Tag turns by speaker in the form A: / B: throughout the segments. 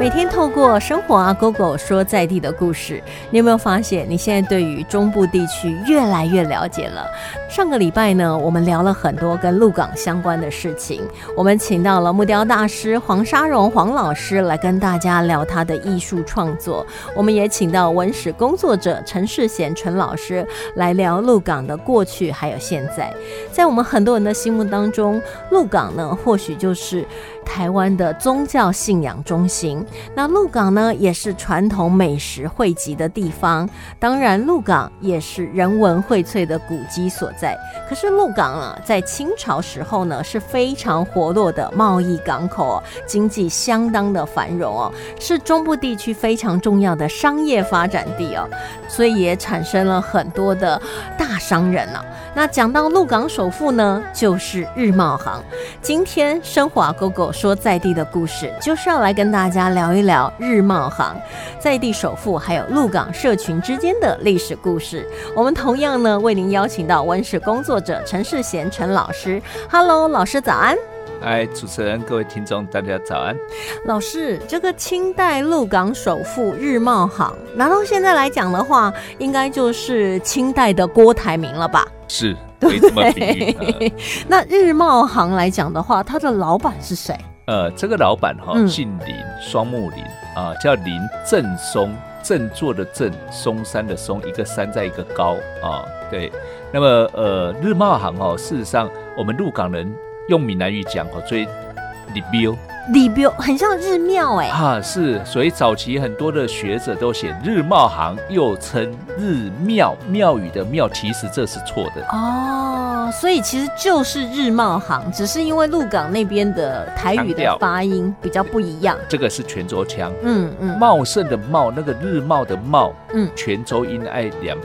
A: 每天透过生活啊，GoGo 说在地的故事，你有没有发现你现在对于中部地区越来越了解了？上个礼拜呢，我们聊了很多跟鹿港相关的事情，我们请到了木雕大师黄沙荣黄老师来跟大家聊他的艺术创作，我们也请到文史工作者陈世贤陈老师来聊鹿港的过去还有现在。在我们很多人的心目当中，鹿港呢，或许就是台湾的宗教信仰中心。那鹿港呢，也是传统美食汇集的地方，当然鹿港也是人文荟萃的古迹所在。可是鹿港啊，在清朝时候呢，是非常活络的贸易港口哦，经济相当的繁荣哦，是中部地区非常重要的商业发展地哦，所以也产生了很多的大商人呢、那讲到鹿港首富呢，就是日茂行。今天生华狗狗说在地的故事，就是要来跟大家聊一聊日茂行在地首富还有鹿港社群之间的历史故事。我们同样呢，为您邀请到文史工作者陈世贤陈老师。Hello，老师早安。
B: 哎，主持人，各位听众，大家早安。
A: 老师，这个清代鹿港首富日茂行，拿到现在来讲的话，应该就是清代的郭台铭了吧？
B: 是，可以这么比喻。
A: 嘿那日茂行来讲的话，它的老板是谁？
B: 呃，呃这个老板哈、
A: 嗯
B: 姓林，双木林啊、叫林正松，振作的振，松山的松，一个山在一个高啊、对，那么呃，日茂行哦，事实上我们鹿港人用闽南语讲哦，最里标
A: 李彪，很像日庙哎、
B: 啊，是，所以早期很多的学者都写日茂行，又称日庙，庙宇的庙，其实这是错的。
A: 哦，所以其实就是日茂行，只是因为鹿港那边的台语
B: 腔
A: 的
B: 调
A: 发音比较不一样。
B: 这个是泉州腔，
A: 嗯嗯，
B: 茂盛的茂，那个日茂的茂，
A: 嗯
B: 泉州音爱两，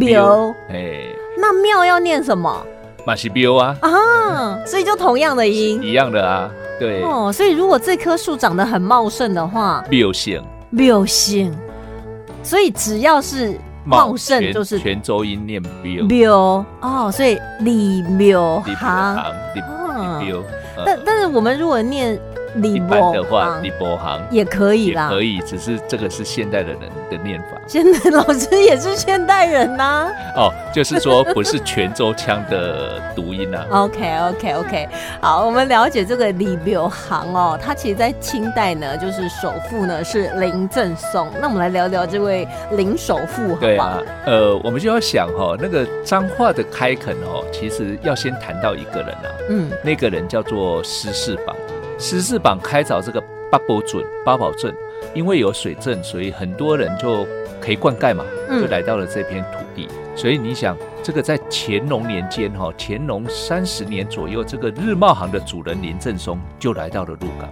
A: 彪，
B: 哎，
A: 那庙要念什么
B: 马西彪啊，
A: 啊？所以就同样的音
B: 一样的啊，对，
A: 哦。所以如果这棵树长得很茂盛的话，
B: 彪姓
A: 彪姓。所以只要是茂盛
B: 泉
A: 就是
B: 泉州音念彪，
A: 彪哦，所以李彪
B: 李
A: 行。
B: 李
A: 哦
B: 彪，呃
A: 但但是我们如果念李
B: 一般
A: 伯
B: 的话
A: 行
B: 李伯行
A: 也可以
B: 也
A: 啦，
B: 可以，只是这个是现代的人的念法
A: 现在老师也是现代人呐、
B: 哦，就是 说不是泉州腔的读音
A: 哦
B: 啊，
A: OK OK OK，好，我们了解这个李柳行哦，他其实在清代呢，就是首富呢是林正松。那我们来聊聊这位林首富，好
B: 对
A: 不好？
B: 啊，呃，我们就要想哦，那个彰化的开垦哦，其实要先谈到一个人啊，
A: 嗯
B: 那个人叫做施世榜。施世榜开凿这个八宝准八宝镇，因为有水镇，所以很多人就可以灌溉嘛，
A: 嗯
B: 就来到了这片土地。所以你想，这个在乾隆年间哈，乾隆三十年左右，这个日茂行的主人林正松就来到了鹿港。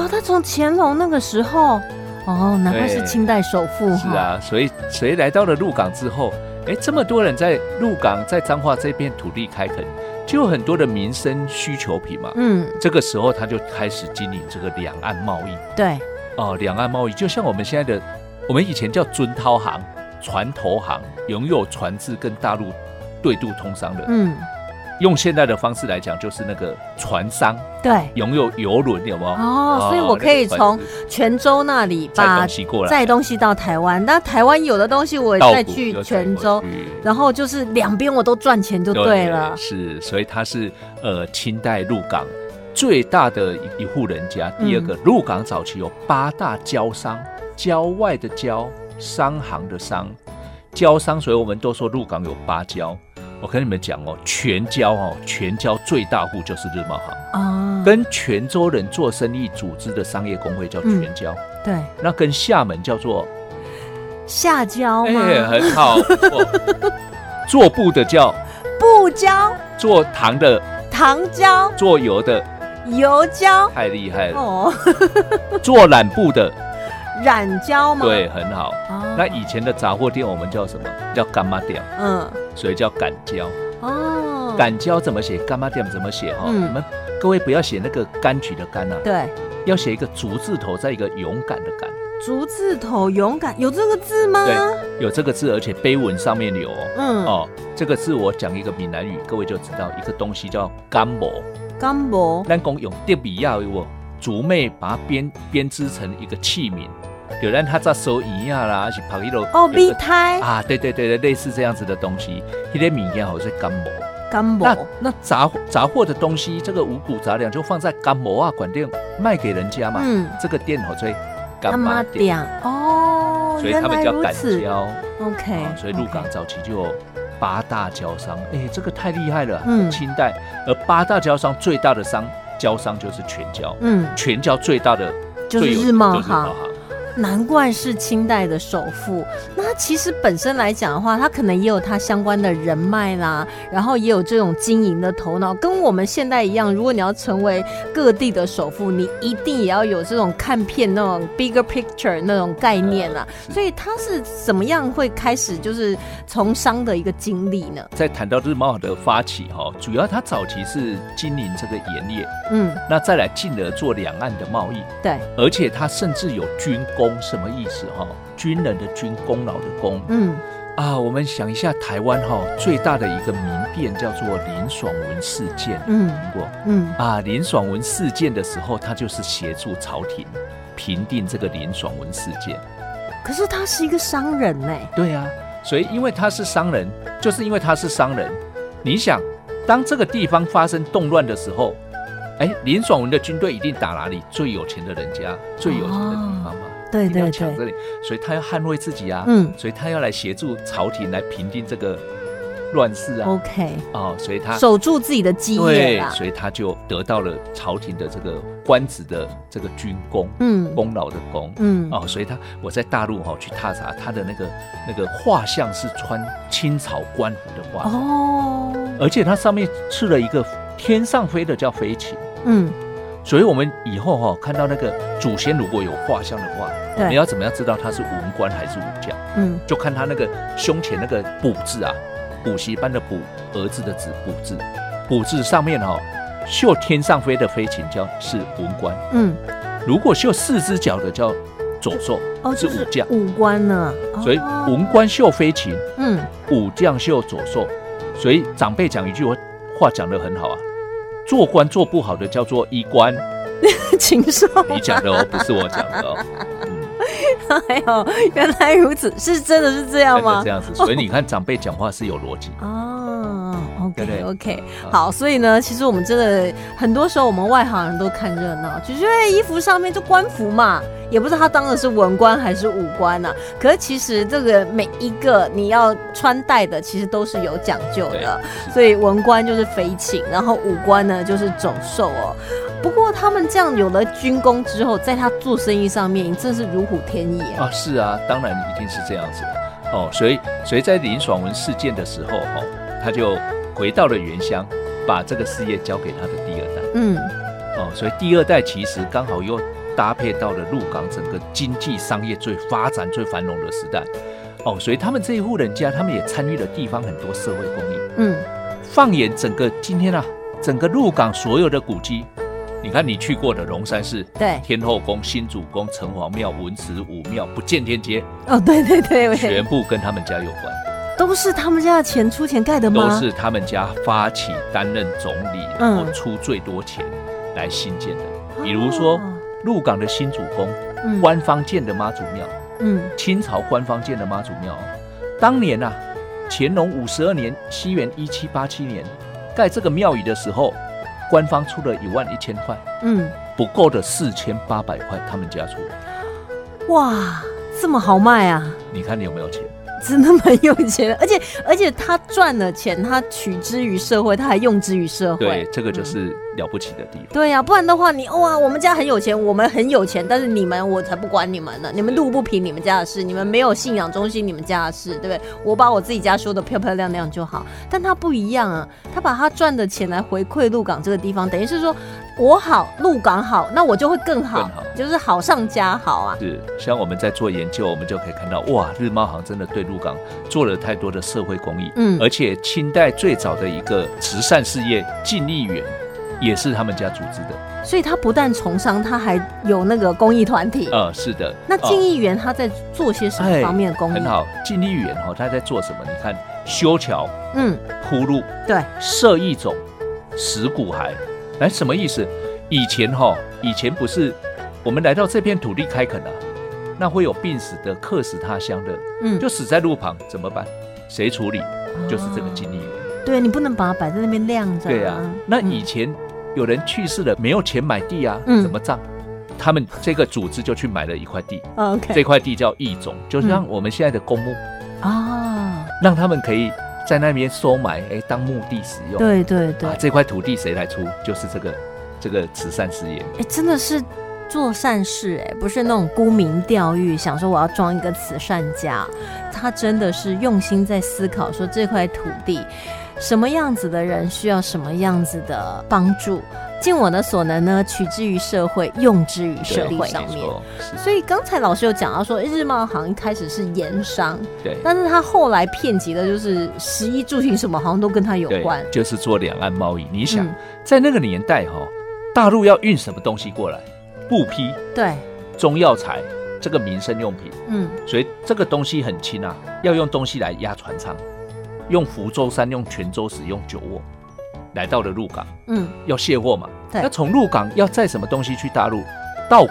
A: 啊、他从乾隆那个时候，哦，难怪是
B: 对
A: 清代首富
B: 是
A: 哈、
B: 啊，所以谁来到了鹿港之后，哎，这么多人在鹿港在彰化这片土地开垦，就有很多的民生需求品嘛。
A: 嗯，
B: 这个时候他就开始经营这个两岸贸易。
A: 对，
B: 哦，两岸贸易就像我们现在的，我们以前叫尊涛行、船头行，拥有船只跟大陆对渡通商的。
A: 嗯
B: 用现在的方式来讲，就是那个船商
A: 对，
B: 拥有游轮，有没有？
A: 哦，所以我
B: 那个
A: 可以
B: 船
A: 从啊
B: 只
A: 泉州那里
B: 载
A: 把
B: 东西过来，
A: 载东西到台湾，那台湾有的东西我
B: 稻
A: 再
B: 谷
A: 去
B: 又载
A: 泉
B: 过
A: 州。
B: 去
A: 然后就是两边我都赚钱就对了。
B: 是，所以他是呃清代鹿港最大的一一户人家。
A: 嗯
B: 第二个，鹿港早期有八大交商，郊外的郊，商行的商，交商，所以我们都说鹿港有八交。我跟你们讲哦，全交哦，全交最大户就是日茂行，
A: 啊，
B: 跟泉州人做生意组织的商业工会叫
A: 嗯
B: 全交，
A: 对，
B: 那跟厦门叫做哎
A: 下胶吗？
B: 很好， 不错做布的叫
A: 不胶、
B: 做糖的
A: 糖胶、
B: 做油的
A: 油胶，
B: 太厉害了！
A: 哦，嗯
B: 做染布的，
A: 染胶吗？
B: 对，很好。
A: 哦，
B: 那以前的杂货店我们叫什么？叫干妈店，
A: 嗯
B: 所以叫赶胶。
A: 哦，
B: 赶胶怎么写？干妈店怎么写？哈、
A: 嗯
B: 你们各位不要写那个柑橘的柑啊，
A: 对，
B: 要写一个竹字头，再一个勇敢的敢。
A: 竹字头勇敢有这个字吗？
B: 对有这个字，而且碑文上面有哦。
A: 嗯，
B: 哦，这个字我讲一个闽南语，各位就知道一个东西叫干某。
A: 干博
B: 咱讲用德比亚有无？竹妹把它编编织成一个器皿，有人他在手一样啦，还是跑一路
A: 哦，米胎
B: 啊，对对对对，类似这样子的东西，一些米件好像干馍。
A: 干
B: 那
A: 馍，
B: 那杂杂货的东西，这个五谷杂粮就放在干馍啊馆店卖给人家嘛。
A: 嗯，
B: 这个店好所以干
A: 干
B: 妈
A: 妈
B: 店，
A: 店哦，
B: 所以
A: 原
B: 他们
A: 来
B: 叫
A: 如
B: 赶
A: 此
B: 胶。啊
A: ，OK，
B: 所以鹿港
A: OK
B: 早期就有八大交商，哎、这个太厉害了。
A: 嗯
B: 清代，而八大交商最大的商交商就是全交，
A: 嗯，
B: 全交最大的
A: 就是
B: 最有
A: 日茂
B: 就
A: 行，难怪是清代的首富。那它其实本身来讲的话，它可能也有它相关的人脉啦，然后也有这种经营的头脑，跟我们现代一样。如果你要成为各地的首富，你一定也要有这种看片那种 bigger picture 那种概念啊。
B: 是
A: 所以它是怎么样会开始就是从商的一个经历呢？
B: 再谈到日茂的发起哈，主要它早期是经营这个盐业，
A: 嗯，
B: 那再来进而做两岸的贸易，
A: 对，
B: 而且它甚至有军功，什么意思哈？军人的军，功劳的功
A: 嗯，
B: 啊。我们想一下台湾哈最大的一个民变叫做林爽文事件，
A: 嗯
B: 听过？
A: 嗯，
B: 啊，林爽文事件的时候，他就是协助朝廷平定这个林爽文事件。
A: 可是他是一个商人呢、
B: 对啊，所以因为他是商人，就是因为他是商人，你想，当这个地方发生动乱的时候，哎，林爽文的军队一定打哪里？最有钱的人家，最有钱的地方嘛，
A: 哦对
B: 一定要
A: 对
B: 抢
A: 对，
B: 这里，所以他要捍卫自己啊，
A: 嗯
B: 所以他要来协助朝廷来平定这个乱世啊，
A: ，OK，
B: 哦，所以他
A: 守住自己的基业
B: 对，
A: 啦。
B: 所以他就得到了朝廷的这个官职的这个军功，
A: 嗯
B: 功劳的功。
A: 嗯，
B: 哦，所以他我在大陆哈、去踏查他的那个那个画像是穿清朝官服的画像，
A: 哦，
B: 而且它上面刺了一个天上飞的叫飞禽，
A: 嗯，
B: 所以我们以后哈、看到那个祖先如果有画像的话，我们
A: 对
B: 要怎么样知道他是文官还是武将？
A: 嗯
B: 就看他那个胸前那个“补”字啊，补习班的“补”，儿子的“子”，补字，补字上面哦，绣天上飞的飞禽叫是文官，
A: 嗯，
B: 如果绣四只脚的叫左兽，
A: 哦，
B: 是
A: 就
B: 武
A: 是
B: 将，
A: 五官呢，
B: 所以
A: 哦
B: 文官绣飞禽，
A: 嗯
B: 武将绣左兽，所以长辈讲一句话讲得很好啊。做官做不好的叫做医官，
A: 禽兽，
B: 你讲的哦，不是我讲的哦，嗯，
A: 哎呦，原来如此，是真的是这样
B: 真的
A: 吗
B: 这？样子，所以你看长辈讲话是有逻辑的。
A: 哦
B: 对不
A: ，OK
B: 对
A: OK，
B: 啊
A: 好，所以呢，其实我们真的很多时候，我们外行人都看热闹，只是因为衣服上面就官服嘛，也不知道他当的是文官还是武官呐、可是其实这个每一个你要穿戴的，其实都是有讲究
B: 对
A: 的。所以文官就是飞禽，然后武官呢就是走兽哦。不过他们这样有了军功之后，在他做生意上面，真是如虎添翼啊！
B: 啊，是啊，当然一定是这样子的哦。所以，所以在林爽文事件的时候，哦，他就回到了原乡，把这个事业交给他的第二代
A: 嗯，
B: 哦。所以第二代其实刚好又搭配到了鹿港整个经济商业最发展、最繁荣的时代哦。所以他们这一户人家，他们也参与了地方很多社会公益。
A: 嗯，
B: 放眼整个今天啊，整个鹿港所有的古迹，你看你去过的龙山寺、
A: 对，
B: 天后宫、新主宫、城隍庙、文祠、武庙、不见天街。
A: 哦，对对对，
B: 全部跟他们家有关，
A: 都是他们家的钱出钱盖的吗？
B: 都是他们家发起担任总理，然
A: 嗯
B: 后出最多钱来新建的。比如说
A: 哦
B: 鹿港的新主宫，
A: 嗯
B: 官方建的妈祖庙，
A: 嗯
B: 清朝官方建的妈祖庙哦，当年啊，乾隆五十二年（西元一七八七年）盖这个庙宇的时候，官方出了一万一千块，
A: 嗯，
B: 不够的四千八百块他们家出。
A: 哇，这么豪迈啊！
B: 你看你有没有钱？
A: 真的蛮有钱的， 而且而且他赚了钱，他取之于社会，他还用之于社会。嗯
B: 对，嗯这个就是了不起的地方。
A: 对呀、啊不然的话你，哇，我们家很有钱，我们很有钱，但是你们我才不管你们呢，你们路不平你们家的事，你们没有信仰中心你们家的事，对不对？我把我自己家修的漂漂亮亮就好。但他不一样啊，他把他赚的钱来回馈鹿港这个地方，等于是说我好，鹿港好，那我就会更好，
B: 更好
A: 就是好上加好啊。
B: 是，像我们在做研究，我们就可以看到，哇，日茂行真的对鹿港做了太多的社会公益。
A: 嗯
B: 而且清代最早的一个慈善事业敬义园，也是他们家组织的。
A: 所以他不但从商，他还有那个公益团体。
B: 呃，是的。
A: 那敬
B: 义、
A: 义园他在做些什么方面的公益？
B: 哎很好，敬义园哦，他在做什么？你看，修桥、
A: 嗯，
B: 铺路、
A: 对，
B: 哎设义冢、石骨骸，来什么意思？以前哈，以前不是我们来到这片土地开垦啊，那会有病死的、客死他乡的，
A: 嗯，
B: 就死在路旁，怎么办？谁处理？就是这个经理员。
A: 对你不能把它摆在那边晾着、
B: 对呀、
A: 哦啊，
B: 那以前有人去世了，没有钱买地啊，
A: 嗯
B: 怎么葬？他们这个组织就去买了一块地，
A: 嗯 OK
B: 这块地叫义冢，就是
A: 嗯
B: 让我们现在的公墓，
A: 啊，
B: 让他们可以在那边收埋，哎，当墓地使用。
A: 对对对，
B: 啊，
A: 哎、
B: 这块土地谁来出？就是这个这个慈善事业。
A: 哎真的是做善事哎、不是那种沽名钓誉，想说我要装一个慈善家，他真的是用心在思考说这块土地什么样子的人需要什么样子的帮助，尽我的所能呢，取之于社会，用之于社
B: 对
A: 会上面
B: 没。错是
A: 所以刚才老师有讲到说，哎日茂行一开始是盐商，
B: 对
A: 但是他后来遍及的就是食衣住行什么，好像都跟他有
B: 对
A: 关。，
B: 就是做两岸贸易。你想，
A: 嗯
B: 在那个年代哈、大陆要运什么东西过来？布匹、
A: 对，
B: 中药材，这个民生用品，
A: 嗯，
B: 所以这个东西很轻啊，要用东西来压船舱，用福州山、用泉州市、用酒窝，来到了鹿港，
A: 嗯，
B: 要卸货嘛。
A: 对
B: 那从鹿港要载什么东西去大陆？稻谷。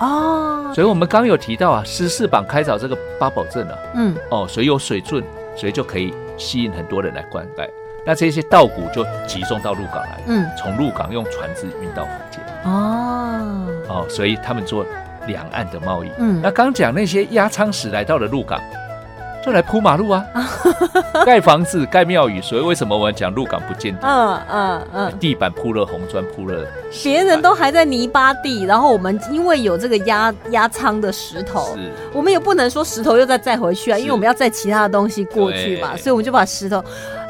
A: 哦，
B: 所以我们刚有提到啊，十四榜开凿这个八宝镇啊，
A: 嗯，
B: 哦，所以有水圳，所以就可以吸引很多人来灌溉。那这些稻谷就集中到鹿港来，
A: 嗯，
B: 从鹿港用船只运到福建，
A: 哦，
B: 哦，所以他们做两岸的贸易。
A: 嗯
B: 那刚讲那些压舱石来到了鹿港，就来铺马路 啊，盖房子、盖庙宇。所以为什么我们讲鹿港不见底？
A: 嗯嗯嗯，
B: 地板铺了红砖，铺了
A: 别人都还在泥巴地，然后我们因为有这个压压仓的石头，
B: 是
A: 我们也不能说石头又再载回去啊，
B: 是
A: 因为我们要载其他的东西过去嘛，
B: 对
A: 所以我们就把石头。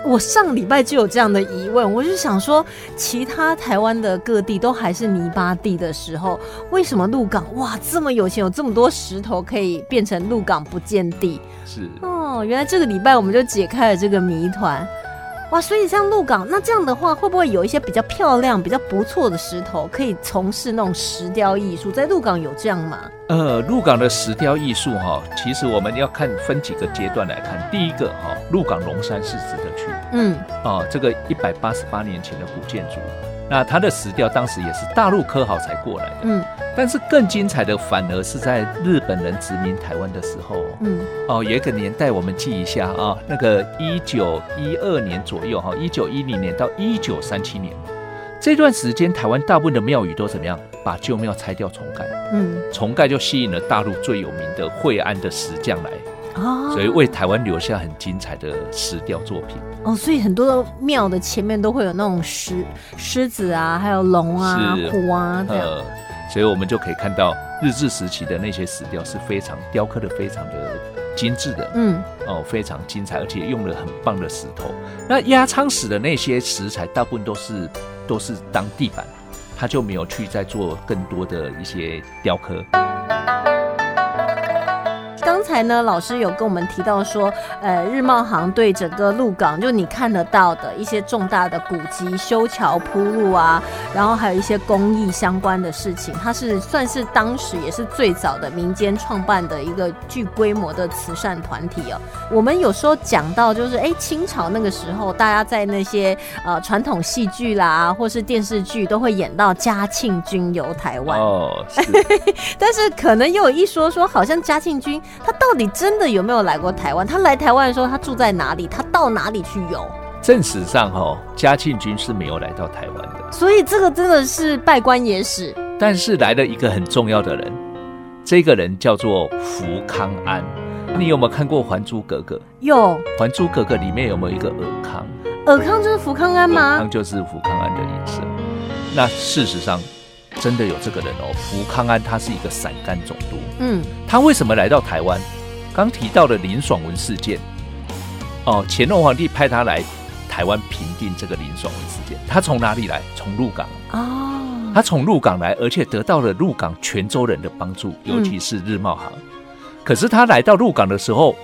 A: 我上礼拜就有这样的疑问，我就想说，其他台湾的各地都还是泥巴地的时候，为什么鹿港哇这么有钱，有这么多石头可以变成鹿港不见地？
B: 是。
A: 哦，原来这个礼拜我们就解开了这个谜团。哇，所以像鹿港，那这样的话，会不会有一些比较漂亮、比较不错的石头，可以从事那种石雕艺术？在鹿港有这样吗？
B: 呃，鹿港的石雕艺术哈，其实我们要看分几个阶段来看。第一个哈、鹿港龙山是值得去
A: 嗯，
B: 哦，这个一百八十八年前的古建筑，那它的石雕当时也是大陆科好才过来的。
A: 嗯
B: 但是更精彩的反而是在日本人殖民台湾的时候哦
A: 嗯，
B: 哦，有一个年代我们记一下啊，那个一九一二年左右哈，一九一零年到一九三七年这段时间，台湾大部分的庙宇都怎么样？把旧庙拆掉重盖，
A: 嗯，
B: 重盖就吸引了大陆最有名的惠安的石匠来，
A: 哦，
B: 所以为台湾留下很精彩的石雕作品。
A: 哦，所以很多庙的前面都会有那种狮狮子啊，还有龙啊、
B: 是
A: 虎啊这样。
B: 呃，所以我们就可以看到日治时期的那些石雕是非常雕刻的非常的精致的，
A: 嗯
B: 哦，非常精彩，而且用了很棒的石头。那压舱石的那些石材，大部分都是都是当地板，他就没有去再做更多的一些雕刻。
A: 刚才呢，老师有跟我们提到说，呃，日茂行对整个鹿港，就你看得到的一些重大的古迹、修桥铺路啊，然后还有一些公益相关的事情，它是算是当时也是最早的民间创办的一个具规模的慈善团体哦。我们有时候讲到就是，哎，清朝那个时候，大家在那些呃传统戏剧啦，或是电视剧都会演到嘉庆君游台湾。
B: 哦，是
A: 但是可能又有一说说，好像嘉庆君他到底真的有没有来过台湾？他来台湾的时候，他住在哪里？他到哪里去游？
B: 正史上哈、哦，嘉庆君是没有来到台湾的，
A: 所以这个真的是拜官野史。
B: 但是来了一个很重要的人，这个人叫做福康安。你有没有看过《还珠格格》？
A: 有
B: 《还珠格格》里面有没有一个尔康？
A: 尔康就是福康安
B: 尔
A: 吗
B: 康？就是福康安的隐身。那事实上，真的有这个人哦。福康安他是一个散干总督，
A: 嗯，
B: 他为什么来到台湾？刚提到的林爽文事件，哦，乾隆皇帝派他来台湾平定这个林爽文事件。他从哪里来？从鹿港。
A: 哦，
B: 他从鹿港来，而且得到了鹿港泉州人的帮助，
A: 嗯
B: 尤其是日茂行。可是他来到鹿港的时候，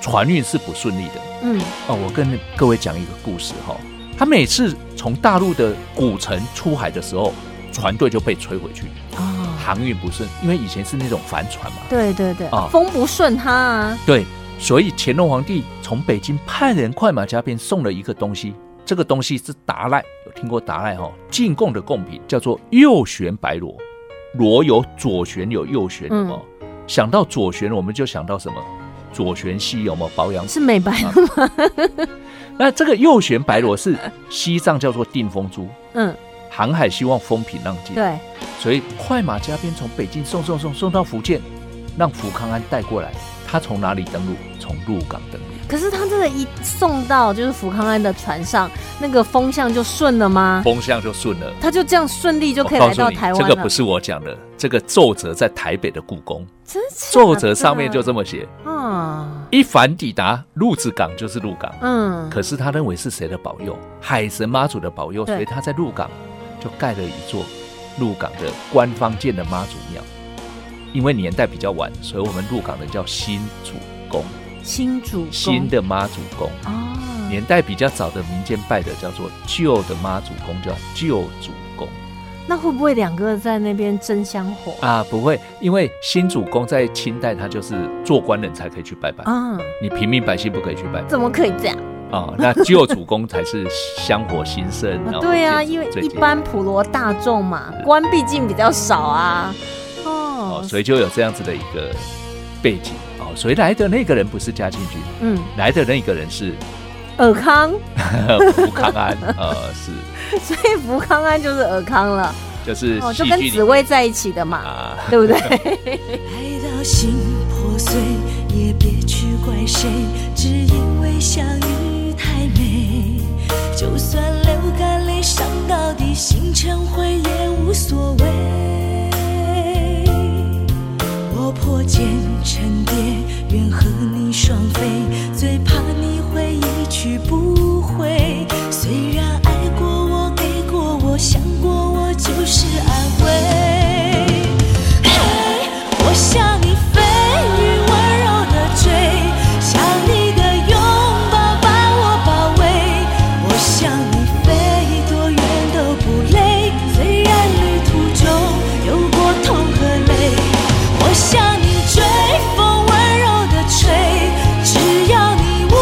B: 船运是不顺利的。
A: 嗯
B: 哦，我跟各位讲一个故事哈、他每次从大陆的古城出海的时候，船队就被摧毁去，
A: 哦，
B: 航运不顺，因为以前是那种帆船嘛。
A: 对对对
B: 哦，
A: 风不顺他啊，
B: 对，所以乾隆皇帝从北京派人快马加鞭送了一个东西，这个东西是达赖，有听过达赖哈、哦？进贡的贡品叫做右旋白螺，螺有左旋有右旋，有没有想到左旋，我们就想到什么？左旋西有没有保养？
A: 是美白的吗？
B: 那这个右旋白螺是西藏叫做定风珠，
A: 嗯，
B: 航海希望风平浪静，
A: 对，
B: 所以快马加鞭从北京送送送送到福建，让福康安带过来。他从哪里登陆？从鹿港登陆。
A: 可是他真的，一送到就是福康安的船上，那个风向就顺了吗？
B: 风向就顺了。
A: 他就这样顺利就
B: 我
A: 可以
B: 告
A: 来
B: 诉
A: 到
B: 你
A: 台，湾
B: 这
A: 了？
B: 个不是我讲的，这个奏折在台北的故宫，
A: 真假的
B: 奏折上面就这么写：
A: 啊，
B: 一凡抵达鹿子港就是鹿港。
A: 嗯，
B: 可是他认为是谁的保佑？海神妈祖的保佑，
A: 对
B: 所以他在鹿港就盖了一座鹿港的官方建的妈祖庙。因为年代比较晚，所以我们鹿港的叫新主宫，
A: 新主公
B: 新的妈祖宫。
A: 哦，
B: 年代比较早的民间拜的叫做旧的妈祖宫，叫旧主宫
A: 那会不会两个在那边争香火
B: 啊，不会，因为新主宫在清代它就是做官人才可以去拜拜，
A: 啊？
B: 你平民百姓不可以去拜拜
A: 怎么可以这样？
B: 啊。那旧主宫才是香火兴盛，然后
A: 对啊，
B: 建筑
A: 因为
B: 最
A: 一
B: 结实
A: 般普罗大众嘛，官毕竟比较少啊。哦
B: 嗯哦，，所以就有这样子的一个背景哦，所以来的那个人不是嘉庆君，
A: 嗯，
B: 来的那个人是
A: 尔康，
B: 福康安， 呃，是
A: 所以福康安就是尔康了，
B: 就是
A: 哦，
B: 戏
A: 就跟
B: 剧
A: 紫
B: 里
A: 薇在一起的嘛，
B: 啊，
A: 对不 对？
C: 爱到心破碎，也别去怪谁，只因为相遇太美。就算流干泪，伤到底，心成灰也无所谓。我破茧成蝶，愿和你双飞，最怕你会一去不回。虽然爱过我，给过我，想过我，就是安慰。嘿，我向你飞，雨温柔的追，想你的拥抱把我包围。我向你飞，多远都不累，虽然旅途中有过痛和泪。我向你追，风温柔的吹，只要你无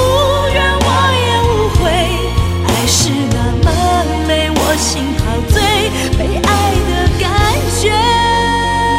C: 怨我也无悔。爱是那么美，我心陶醉，被爱的感觉。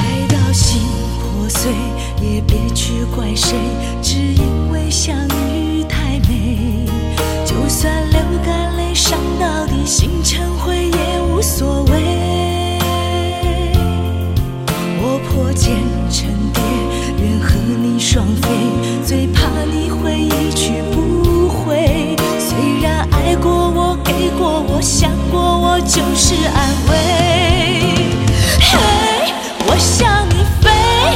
C: 爱到心破碎，也别去怪谁，只因为相遇太美。就算流干泪，伤到底，心成灰也无所谓。我破茧成蝶，愿和你双飞，最怕你会一去不回。虽然爱过我，给过我，想过我，就是安慰。嘿，我向你飞，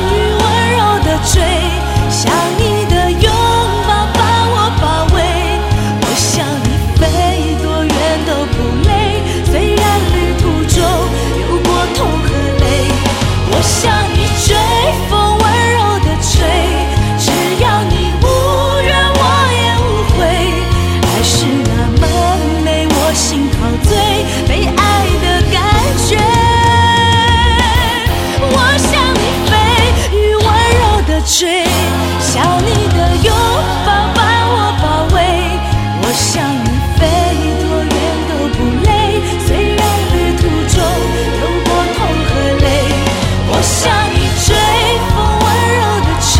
C: 雨温柔的追，想你的拥抱把我包围。我向你飞，多远都不累，虽然旅途中有过痛和泪。我向你追，风温柔的吹，只要你无怨我也无悔。爱是那么美，我心陶醉，被爱的感觉。我向你飞，雨温柔的吹，想你的拥抱把我包围。我向你飞，多远都不累，虽然旅途中有过痛和泪。我向你追，风温柔的吹，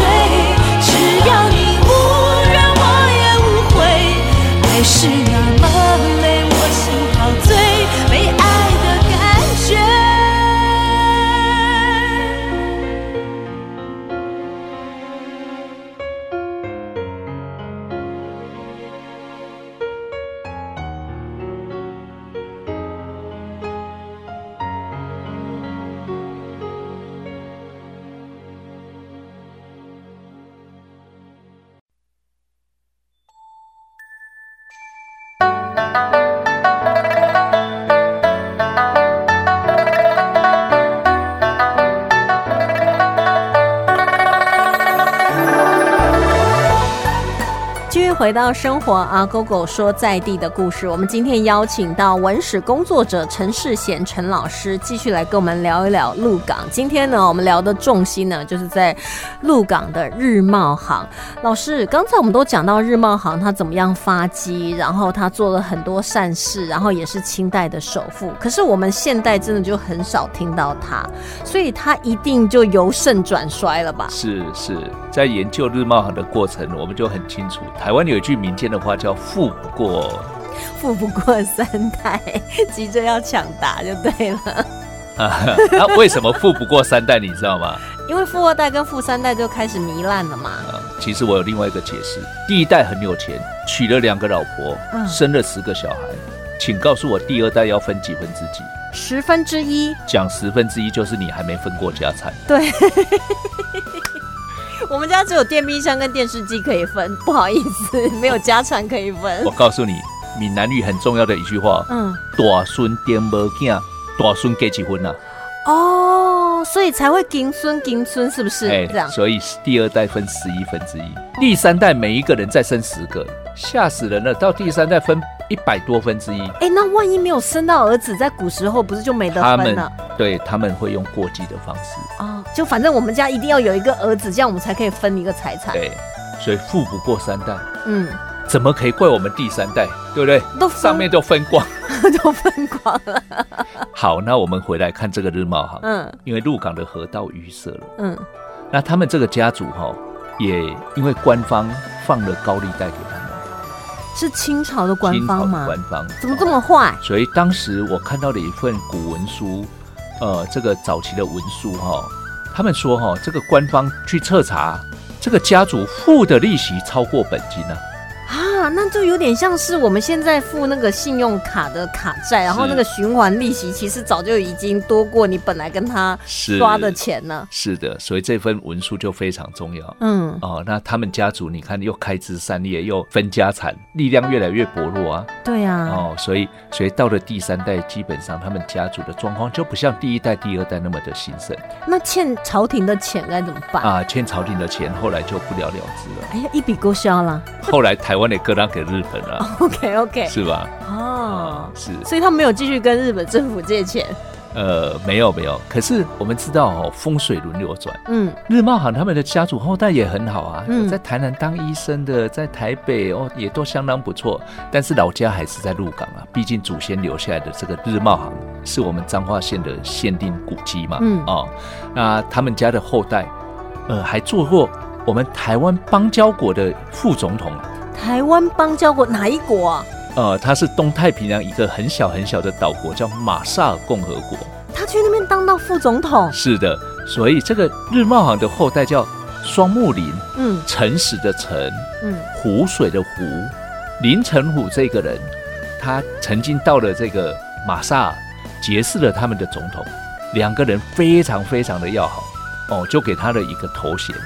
C: 只要你无怨我也无悔，爱是那么美，我心陶醉，被爱的感觉。
A: 回到生活啊，狗狗说在地的故事。我们今天邀请到文史工作者陈世贤陈老师，继续来跟我们聊一聊鹿港。今天呢，我们聊的重心呢，就是在鹿港的日茂行。老师，刚才我们都讲到日茂行他怎么样发迹，然后他做了很多善事，然后也是清代的首富。可是我们现代真的就很少听到他，所以他一定就由盛转衰了吧？
B: 是是，在研究日茂行的过程，我们就很清楚，台湾有一句民间的话叫“富不过
A: 富不过三代，急着要抢答就对了。”，
B: 啊，为什么富不过三代？你知道吗？
A: 因为富二代跟富三代就开始糜烂了嘛。
B: 啊，其实我有另外一个解释：第一代很有钱，娶了两个老婆，
A: 嗯
B: 生了十个小孩，请告诉我第二代要分几分之几？
A: 十分之一，
B: 讲十分之一就是你还没分过家产。
A: 对。我们家只有电冰箱跟电视机可以分，不好意思，没有家产可以分
B: 我。告诉你，闽南语很重要的一句话：
A: 嗯，
B: 大孙颠无囝，大孙给几婚啊？
A: 哦，所以才会金孙金孙，是不是、
B: 哎
A: 这样？
B: 所以第二代分十一分之一，第三代每一个人再生十个，吓死人了。到第三代分一百多分之一，
A: 哎、那万一没有生到儿子，在古时候不是就没得
B: 他
A: 分
B: 们
A: 了？
B: 对他们会用过继的方式，
A: 哦，就反正我们家一定要有一个儿子，这样我们才可以分一个财产。
B: 对，所以富不过三代，
A: 嗯，
B: 怎么可以怪我们第三代？对不对？
A: 都分
B: 上面都分光。
A: 都分光了。
B: 好，那我们回来看这个日茂行，
A: 嗯
B: 因为鹿港的河道淤塞了，
A: 嗯，
B: 那他们这个家族哈、也因为官方放了高利贷给他们，
A: 是清朝的官
B: 清朝
A: 方
B: 的
A: 吗？
B: 官方
A: 怎么这么坏？
B: 所以当时我看到了一份古文书，呃，这个早期的文书哈、他们说哈、这个官方去彻查，这个家族付的利息超过本金啊，
A: 啊，那就有点像是我们现在付那个信用卡的卡债，然后那个循环利息其实早就已经多过你本来跟他
B: 是
A: 刷的钱了。
B: 是的，所以这份文书就非常重要。
A: 嗯，
B: 哦，那他们家族你看又开枝散叶，又分家产，力量越来越薄弱啊。
A: 对啊，
B: 哦，所以所以到了第三代，基本上他们家族的状况就不像第一代、第二代那么的兴盛
A: 那欠朝廷的钱该怎么办？
B: 啊，欠朝廷的钱后来就不了了之了。
A: 哎呀，一笔勾销 了。
B: 后来台湾的割让给日本了、
A: OK OK，
B: 是吧？
A: 哦
B: 啊，，是，
A: 所以他没有继续跟日本政府借钱。
B: 呃，没有没有。可是我们知道哦，风水轮流转，
A: 嗯，
B: 日茂行他们的家族后代也很好啊，
A: 嗯
B: 有在台南当医生的，在台北哦也都相当不错，但是老家还是在鹿港啊，毕竟祖先留下来的这个日茂行是我们彰化县的限定古迹嘛，
A: 嗯
B: 哦，那他们家的后代，呃，还做过我们台湾邦交国的副总统。啊
A: 台湾邦交国哪一国啊？
B: 呃，他是东太平洋一个很小很小的岛国，叫马萨尔共和国。
A: 他去那边当到副总统。
B: 是的，所以这个日茂行的后代叫双木林，
A: 嗯
B: 诚实的诚，
A: 嗯，
B: 湖水的湖，林成虎这个人，他曾经到了这个马萨尔，结识了他们的总统，两个人非常非常的要好，哦，就给他了一个头衔，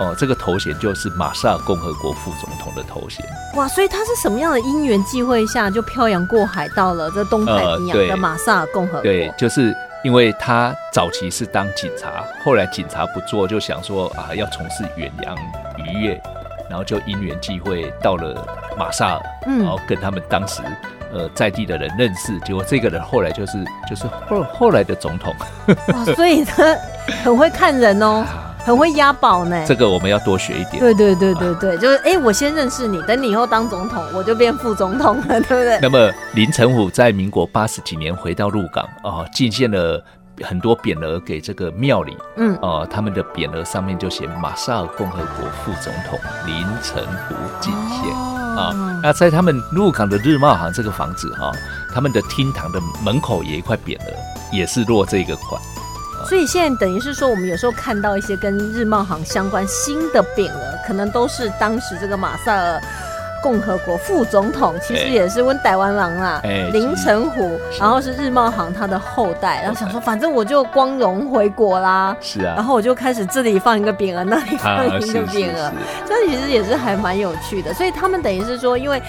B: 哦，这个头衔就是马萨尔共和国副总统的头衔。
A: 哇，所以他是什么样的因缘际会下就漂洋过海到了这东太平洋的
B: 呃
A: 哦
B: 对
A: 马萨尔共和国？
B: 对，就是因为他早期是当警察，后来警察不做，就想说啊要从事远洋渔业，然后就因缘际会到了马萨尔，然
A: 嗯
B: 后跟他们当时呃在地的人认识，结果这个人后来就是就是后后来的总统
A: 哇，所以他很会看人 哦，
B: 啊，
A: 很会押宝呢。
B: 这个我们要多学一点。
A: 对对对对对，就是哎、我先认识你，等你以后当总统，我就变副总统了，对不对？
B: 那么林成虎在民国八十几年回到鹿港啊，进献了很多匾额给这个庙里，
A: 嗯，
B: 哦，他们的匾额上面就写马萨尔共和国副总统林成福进献啊、
A: 哦，
B: 那在他们鹿港的日茂行这个房子哈、他们的厅堂的门口也有一块匾额，也是落这个款。
A: 所以现在等于是说，我们有时候看到一些跟日茂行相关新的匾额，可能都是当时这个马萨尔共和国副总统，其实
B: 哎
A: 也是温台湾郎啦，
B: 哎
A: 林成虎，
B: 是
A: 然后是日茂行他的后代，然后想说，反正我就光荣回国啦。
B: 是
A: 然
B: 啊，
A: 后我就开始这里放一个匾额，那里放
B: 啊，
A: 一
B: 是
A: 个
B: 是
A: 匾额
B: 是，，
A: 这其实也是还蛮有趣的。所以他们等于是说，因为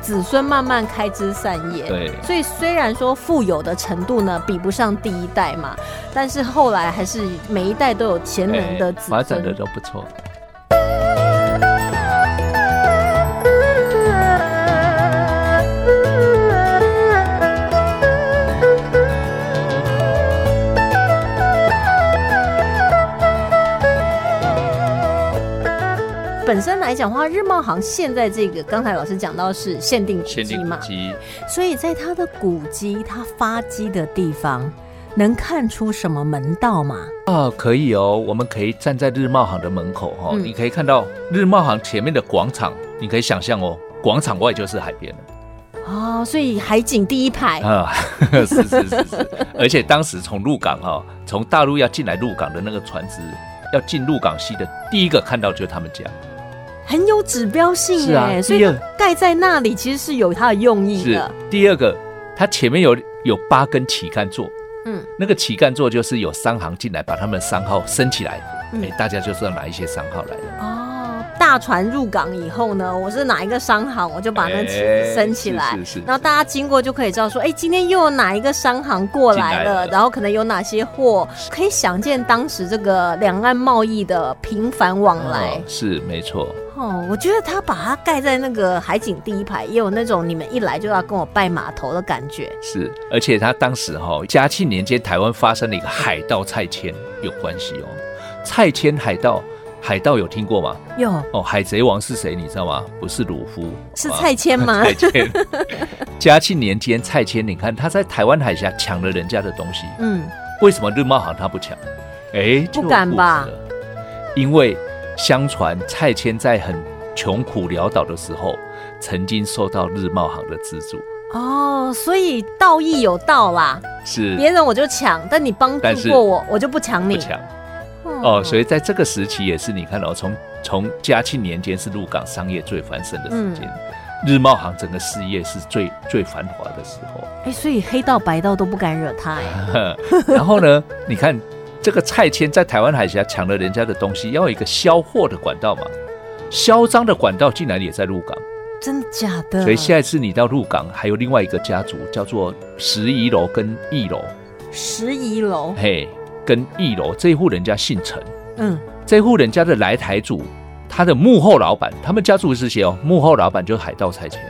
A: 子孙慢慢开枝散叶，
B: 对。
A: 所以虽然说富有的程度呢比不上第一代嘛，但是后来还是每一代都嗯有潜能的
B: 哎
A: 子
B: 发展的
A: 孙。
B: 都不错。
A: 本身来讲的话，日茂行现在这个刚才老师讲到是限定古
B: 限
A: 迹
B: 定古
A: 嘛，
B: 迹，
A: 所以在它的古迹它发迹的地方，能看出什么门道吗？
B: 啊，可以哦，我们可以站在日茂行的门口哈、哦，
A: 嗯
B: 你可以看到日茂行前面的广场，你可以想象哦，广场外就是海边了。
A: 哦，所以海景第一排，
B: 啊， 是是是是，而且当时从鹿港哈、从大陆要进来鹿港的那个船只，要进鹿港西的第一个看到就是他们家，
A: 很有指标性
B: 是啊
A: 哎、所以
B: 第
A: 它
B: 二
A: 盖在那里其实是有它的用意
B: 是
A: 的。
B: 第二个，它前面有有八根旗杆座，
A: 嗯，
B: 那个旗杆座就是有商行进来把他们商号升起来，哎、
A: 嗯
B: 大家就知道哪一些商号来了。
A: 哦，大船入港以后呢，我是哪一个商行，我就把那旗子升起来。
B: 哎是是是
A: 然后大家经过就可以知道说，哎，今天又有哪一个商行过来了，
B: 进来了
A: 然后可能有哪些货，可以想见当时这个两岸贸易的频繁往来
B: 哦。是没错，
A: 哦，我觉得他把它盖在那个海景第一排，也有那种你们一来就要跟我拜码头的感觉。
B: 是，而且他当时哈、嘉庆年间台湾发生了一个海盗拆迁，有关系哦。拆迁海盗，海盗有听过吗？
A: 哟，
B: 哦，海贼王是谁？你知道吗？不是鲁夫，
A: 是
B: 好吧
A: 蔡牵 吗？
B: 蔡牵。嘉庆年间，蔡牵，你看他在台湾海峡抢了人家的东西，
A: 嗯，
B: 为什么日茂行他不抢？哎，就有
A: 不敢吧
B: 故事了？因为相传蔡牵在很穷苦潦倒的时候，曾经受到日茂行的资助，
A: 哦，所以道义有道啦，
B: 是
A: 别人我就抢，但你帮
B: 但
A: 助
B: 是
A: 过我，我就不抢
B: 不
A: 你。嗯
B: 抢哦。所以在这个时期也是，你看哦，从从嘉庆年间是鹿港商业最繁盛的
A: 嗯
B: 时间。日茂行整个事业是最最繁华的时候，
A: 哎、所以黑道白道都不敢惹他、哎，
B: 然后呢，你看这个蔡牵在台湾海峡抢了人家的东西，要有一个销货的管道嘛，销赃的管道竟然也在鹿港，
A: 真的假的？
B: 所以下一次你到鹿港，还有另外一个家族叫做十一楼跟一楼，
A: 十一楼，
B: 嘿，跟一楼这一户人家姓陈，
A: 嗯，
B: 这户人家的来台主，他的幕后老板，他们家族是谁哦？幕后老板就是海盗蔡牵，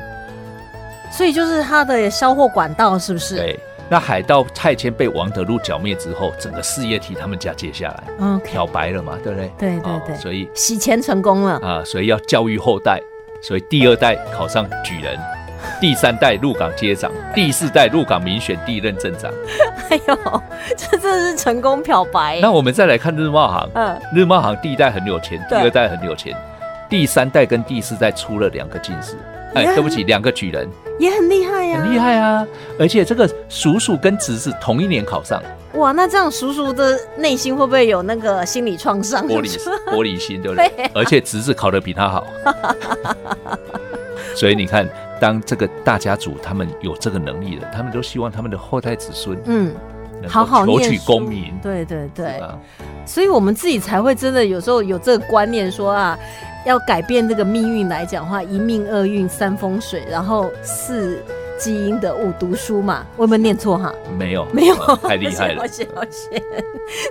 A: 所以就是他的销货管道是不是？，
B: 对。那海盗蔡牵被王德禄剿灭之后，整个事业替他们家接下来，
A: 嗯，OK，
B: 漂白了嘛，对不对？
A: 对对对
B: 哦所以
A: 洗钱成功了，
B: 啊，所以要教育后代，所以第二代考上举人，第三代入港接长，第四代入港民选第一任镇长。
A: 哎呦，这真的是成功漂白、
B: 那我们再来看日茂行，
A: 嗯，
B: 日茂行第一代很有钱，第
A: 对
B: 二代很有钱，第三代跟第四代出了两个进士，哎，
A: 呀
B: 对不起，两个举人，
A: 也很厉害呀、
B: 很厉害啊！而且这个叔叔跟侄子同一年考上，
A: 哇，那这样叔叔的内心会不会有那个心理创伤？
B: 玻璃 玻璃心，对不对？
A: 啊
B: 而且侄子考得比他好，所以你看，当这个大家族他们有这个能力了，他们都希望他们的后代子孙
A: 嗯，
B: 能
A: 好好
B: 够求
A: 念
B: 取
A: 书
B: 功名，啊
A: 对对对
B: 是，吧
A: 所以我们自己才会真的有时候有这个观念说啊，要改变这个命运来讲的话，一命二运三风水，然后四基因的五读书嘛，我有没有念错 哈？
B: 没有
A: 没有啊
B: 哇，太厉害 了
A: 抱。歉抱歉。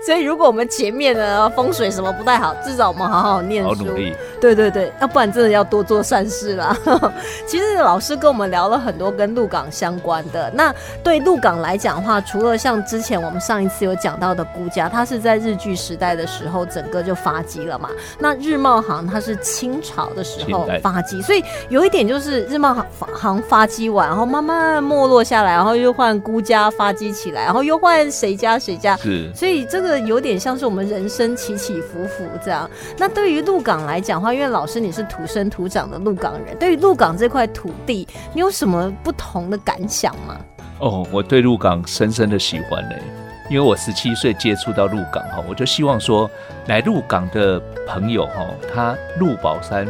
A: 所以如果我们前面的风水什么不太好，至少我们好好念
B: 好
A: 书，
B: 努力，
A: 对对对，要不然真的要多做善事啦。 其实老师跟我们聊了很多跟鹿港相关的。那对鹿港来讲的话，除了像之前我们上一次有讲到的孤家，它是在日据时代的时候整个就发迹了嘛。那日茂行它是清朝的时候
B: 清代
A: 发迹，所以有一点就是日茂行行发迹完，然后慢慢没落下来，然后又换孤家发迹起来，然后又换谁家谁家，
B: 是
A: 所以这个有点像是我们人生起起伏伏这样。那对于鹿港来讲的话，因为老师你是土生土长的鹿港人，对于鹿港这块土地，你有什么不同的感想吗？
B: 哦，我对鹿港深深的喜欢呢、因为我十七岁接触到鹿港哈，我就希望说，来鹿港的朋友哈，他鹿宝山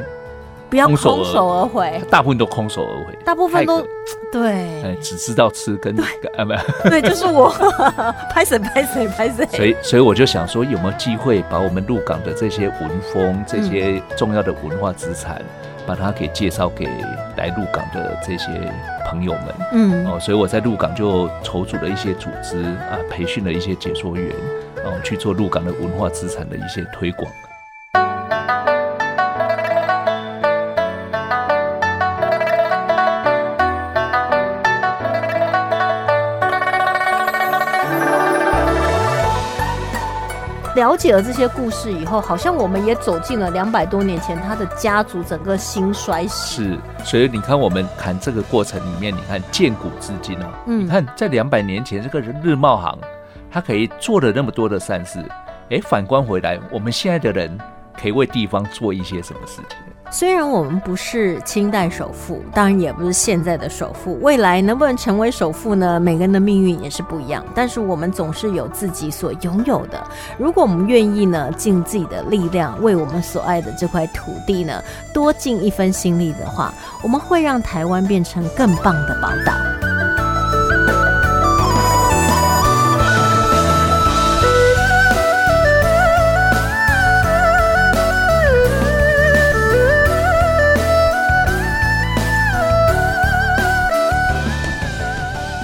A: 不要空
B: 空手而
A: 手而回，
B: 大部分都空手而回，
A: 大部分都
B: 太可
A: 对
B: 哎，只知道吃跟啊不，
A: 对，就是我拍谁拍谁拍
B: 所
A: 谁。
B: 以，所以我就想说，有没有机会把我们鹿港的这些文风、这些重要的文化资产，把它给介绍给来鹿港的这些朋友们？
A: 嗯，
B: 哦，所以我在鹿港就筹组了一些组织啊，培训了一些解说员，哦，去做鹿港的文化资产的一些推广。
A: 了解了这些故事以后，好像我们也走进了两百多年前他的家族整个兴衰史。
B: 是，所以你看我们谈这个过程里面，你看见古至今哦，
A: 嗯
B: 你看在两百年前这个日茂行，它可以做了那么多的善事，哎，反观回来，我们现在的人可以为地方做一些什么事情？
A: 虽然我们不是清代首富，当然也不是现在的首富，未来能不能成为首富呢？每个人的命运也是不一样。但是我们总是有自己所拥有的。如果我们愿意呢，尽自己的力量为我们所爱的这块土地呢，多尽一份心力的话，我们会让台湾变成更棒的宝岛。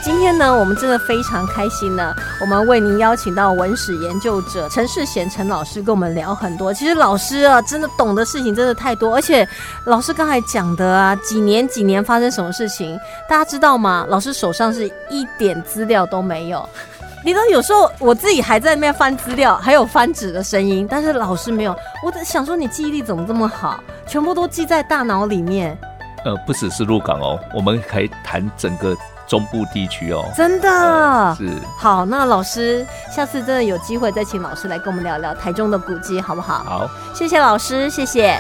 A: 今天呢，我们真的非常开心呢。我们为您邀请到文史研究者陈世贤陈老师跟我们聊很多。其实老师啊，真的懂的事情真的太多，而且老师刚才讲的啊，几年几年发生什么事情，大家知道吗？老师手上是一点资料都没有。你知道有时候我自己还在那边翻资料，还有翻纸的声音，但是老师没有。我在想说你记忆力怎么这么好，全部都记在大脑里面，
B: 呃，不只是鹿港哦，我们可以谈整个中部地区哦。
A: 真的。
B: 是，
A: 好，那老师，下次真的有机会再请老师来跟我们聊聊台中的古迹，好不好？
B: 好。
A: 谢谢老师，谢谢。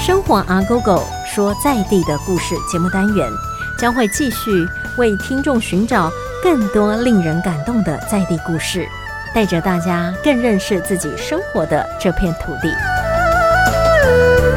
A: 生活阿 Go Go 说在地的故事节目单元将会继续为听众寻找更多令人感动的在地故事，带着大家更认识自己生活的这片土地。